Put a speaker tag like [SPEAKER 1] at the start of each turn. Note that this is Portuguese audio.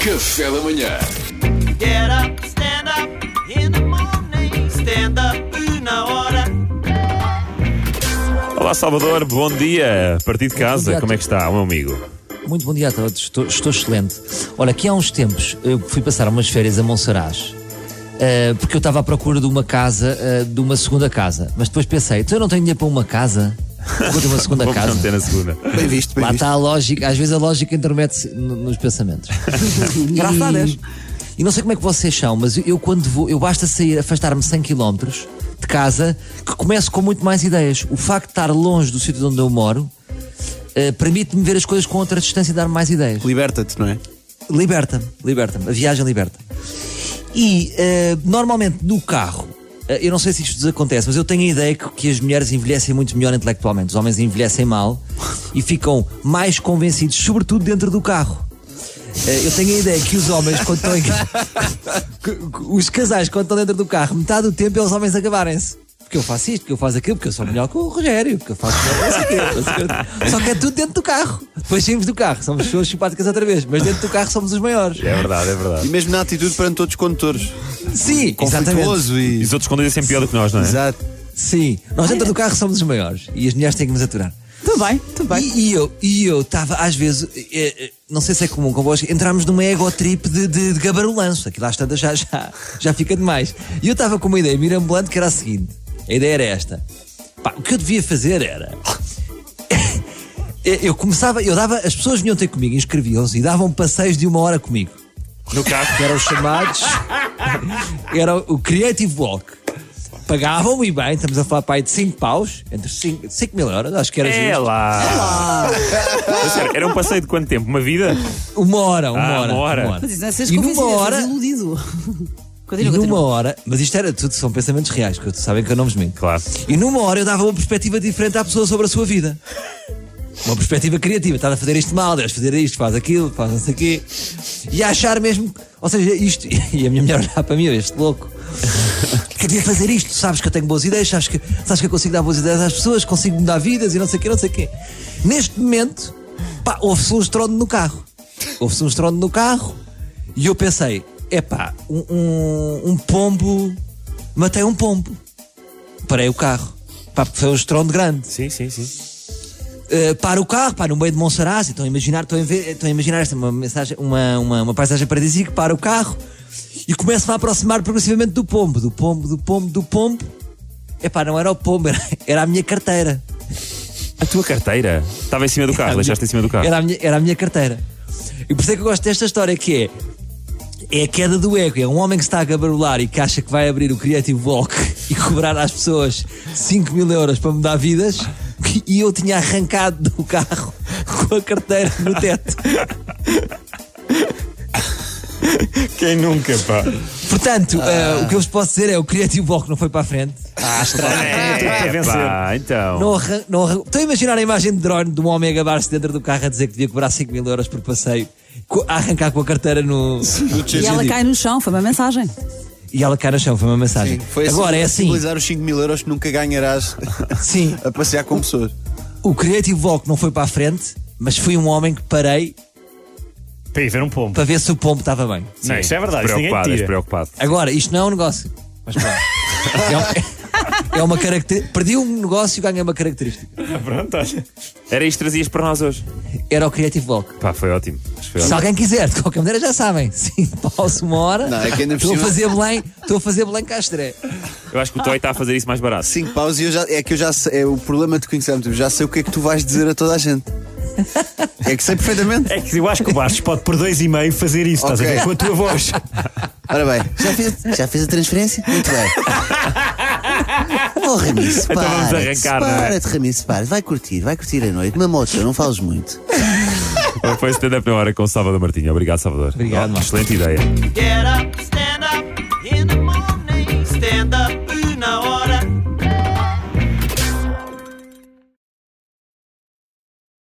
[SPEAKER 1] Café da manhã.
[SPEAKER 2] Get up, stand up in the morning. Stand up na hora.
[SPEAKER 3] Olá Salvador, bom dia. A partir de casa,
[SPEAKER 4] dia a
[SPEAKER 3] como é que está, meu amigo?
[SPEAKER 4] Muito bom dia a todos, estou, estou excelente. Olha, aqui há uns tempos eu fui passar umas férias a Monsaraz, ah, porque eu estava à procura de uma casa, ah, de uma segunda casa. Mas depois pensei, então eu não tenho dinheiro para uma casa, vou ter uma segunda
[SPEAKER 3] Vamos
[SPEAKER 4] casa.
[SPEAKER 3] manter na segunda.
[SPEAKER 5] Bem visto, bem
[SPEAKER 4] Lá
[SPEAKER 5] visto.
[SPEAKER 4] está a lógica, às vezes a lógica intermete-se no- nos pensamentos.
[SPEAKER 5] Engraçadas.
[SPEAKER 4] E, e não sei como é que vocês são, mas eu, eu quando vou, eu basta sair, afastar-me 100 km de casa, que começo com muito mais ideias. O facto de estar longe do sítio de onde eu moro eh, permite-me ver as coisas com outra distância e dar-me mais ideias.
[SPEAKER 5] Liberta-te, não é?
[SPEAKER 4] Liberta-me, liberta-me. A viagem liberta. E eh, normalmente no carro, eh, eu não sei se isto vos acontece, mas eu tenho a ideia que, que as mulheres envelhecem muito melhor intelectualmente. Os homens envelhecem mal e ficam mais convencidos, sobretudo dentro do carro. Eh, Eu tenho a ideia que os homens, quando estão em... que- que os casais, quando estão dentro do carro, metade do tempo é os homens acabarem-se. Porque eu faço isto, porque eu faço aquilo, porque eu sou melhor que o Rogério, porque eu faço melhor que não sei o quê, não sei o quê. Só que é tudo dentro do carro. Depois saímos do carro, somos pessoas simpáticas outra vez, mas dentro do carro somos os maiores.
[SPEAKER 3] É verdade, é
[SPEAKER 5] E
[SPEAKER 3] verdade.
[SPEAKER 5] mesmo na atitude perante todos os condutores.
[SPEAKER 4] Sim, exatamente.
[SPEAKER 5] Conflituoso
[SPEAKER 3] E
[SPEAKER 5] e.
[SPEAKER 3] os outros conduzem sempre pior do que nós, não é?
[SPEAKER 5] Exato.
[SPEAKER 4] Sim, nós dentro do carro somos os maiores e as mulheres têm que nos aturar.
[SPEAKER 6] Tudo bem, tudo bem.
[SPEAKER 4] E, e eu e eu estava, às vezes, eh, eh, não sei se é comum convosco, entrámos numa egotrip de, de, de gabarulanço. Aquilo às tantas já, já, já fica demais. E eu estava com uma ideia mirambulante que era a seguinte: a ideia era esta. Pá, o que eu devia fazer era. eh, Eu começava, eu dava, as pessoas vinham ter comigo, inscreviam-se e davam passeios de uma hora comigo.
[SPEAKER 3] No carro.
[SPEAKER 4] que eram os chamados, era o Creative Walk. Pagavam e bem, estamos a falar pai de 5 paus, entre 5 mil euros, acho que era
[SPEAKER 3] É
[SPEAKER 4] justo.
[SPEAKER 3] lá. Mas, sério, Era um passeio de quanto tempo? Uma vida?
[SPEAKER 4] Uma hora, uma
[SPEAKER 3] Ah,
[SPEAKER 4] hora.
[SPEAKER 3] uma hora.
[SPEAKER 6] Mas isso não é seres
[SPEAKER 4] E numa
[SPEAKER 6] convencido, és
[SPEAKER 4] hora-
[SPEAKER 6] desiludido.
[SPEAKER 4] E
[SPEAKER 6] Continua,
[SPEAKER 4] numa
[SPEAKER 6] continua.
[SPEAKER 4] hora, mas isto era tudo, são pensamentos reais, que eu- sabem que eu não vos minto.
[SPEAKER 3] Claro.
[SPEAKER 4] E numa hora eu dava uma perspectiva diferente à pessoa sobre a sua vida. Uma perspectiva criativa, estás a fazer isto mal, deves fazer isto, faz aquilo, faz não sei o quê. E a achar mesmo, ou seja, isto, e a minha mulher olhar para mim, este louco. Que devia fazer isto, sabes que eu tenho boas ideias, sabes que, sabes que eu consigo dar boas ideias às pessoas, consigo mudar vidas e não sei o quê, não sei o quê. Neste momento, pá, houve-se um estrondo no carro. Houve-se um estrondo no carro e eu pensei, epá, um, um, um pombo, matei um pombo parei o carro. Pá, porque foi um estrondo grande.
[SPEAKER 3] Sim, sim, sim.
[SPEAKER 4] Uh, para o carro, pá, no meio de Monsaraz, estão a imaginar, estão a, ver, estão a imaginar esta uma, mensagem, uma, uma, uma paisagem paradisíaca, para o carro e começo-me a aproximar progressivamente do pombo, do pombo, do pombo, do pombo. Epá, não era o pombo, era, era a minha carteira.
[SPEAKER 3] A tua carteira estava em cima do
[SPEAKER 4] Era a
[SPEAKER 3] carro,
[SPEAKER 4] minha-
[SPEAKER 3] deixaste em cima do carro.
[SPEAKER 4] Era a minha, era a minha carteira. E por isso é que eu gosto desta história que é. É a queda do ego. É um homem que se está a gabarular e que acha que vai abrir o Creative Walk e cobrar às pessoas 5 mil euros para mudar vidas. E eu tinha arrancado do carro com a carteira no teto.
[SPEAKER 3] Quem nunca, pá?
[SPEAKER 4] Portanto,
[SPEAKER 5] Ah.
[SPEAKER 4] eh, o que eu vos posso dizer é o Creative Walk não foi para a frente. Ah,
[SPEAKER 3] É, pá, então.
[SPEAKER 4] Não arran- não arran- Estou a imaginar a imagem de drone de um homem a gabar-se dentro do carro a dizer que devia cobrar 5 mil euros por passeio, co- a arrancar com a carteira no.
[SPEAKER 6] E ela cai no chão, foi uma mensagem.
[SPEAKER 4] E ela cai no chão, foi uma mensagem.
[SPEAKER 5] Sim, foi
[SPEAKER 4] Agora é assim,
[SPEAKER 5] Utilizar os 5 mil euros que nunca ganharás
[SPEAKER 4] sim,
[SPEAKER 5] a passear com pessoas.
[SPEAKER 4] o Creative Walk não foi para a frente, mas fui um homem que parei
[SPEAKER 7] Para ir ver um pombo.
[SPEAKER 4] para ver se o pombo estava bem.
[SPEAKER 7] Não, isso é verdade. Isso ninguém
[SPEAKER 3] Preocupado, és
[SPEAKER 7] tira.
[SPEAKER 3] preocupado.
[SPEAKER 4] Agora, isto não é um negócio, mas pronto. é, um- é uma característica. Perdi um negócio e ganhei uma característica.
[SPEAKER 7] Pronto, olha.
[SPEAKER 3] Era isto que trazias para nós hoje.
[SPEAKER 4] Era o Creative Walk.
[SPEAKER 3] Pá, foi ótimo. Acho que foi
[SPEAKER 4] Se
[SPEAKER 3] ótimo.
[SPEAKER 4] alguém quiser, de qualquer maneira já sabem. Sim, posso uma hora.
[SPEAKER 5] Não, é que ainda por
[SPEAKER 4] estou a
[SPEAKER 5] cima-
[SPEAKER 4] fazer Belém, estou a fazer Belém Castré.
[SPEAKER 3] Eu acho que o Toy está a fazer isso mais barato.
[SPEAKER 5] 5 paus e eu já, é que eu já sei. É o problema de conhecermos. Eu já sei o que é que tu vais dizer a toda a gente. É que sei perfeitamente.
[SPEAKER 7] É que eu acho que o Bastos pode por dois e meio fazer isso, estás a
[SPEAKER 5] Ok.
[SPEAKER 7] ver? Com a tua voz.
[SPEAKER 5] Ora bem, já fez, já fez a transferência? Muito bem. Oh, Ramice,
[SPEAKER 3] Então vamos
[SPEAKER 5] para-te,
[SPEAKER 3] arrancar, não é?
[SPEAKER 5] para-te, Ramice, para-te. Vai curtir, vai curtir a noite. Mamoto, não fales muito.
[SPEAKER 3] Foi stand-up na hora com o Salvador Martinho. Obrigado, Salvador.
[SPEAKER 4] Obrigado, Marcos.
[SPEAKER 3] Excelente ideia.
[SPEAKER 2] Get up, stand up in the morning. Stand up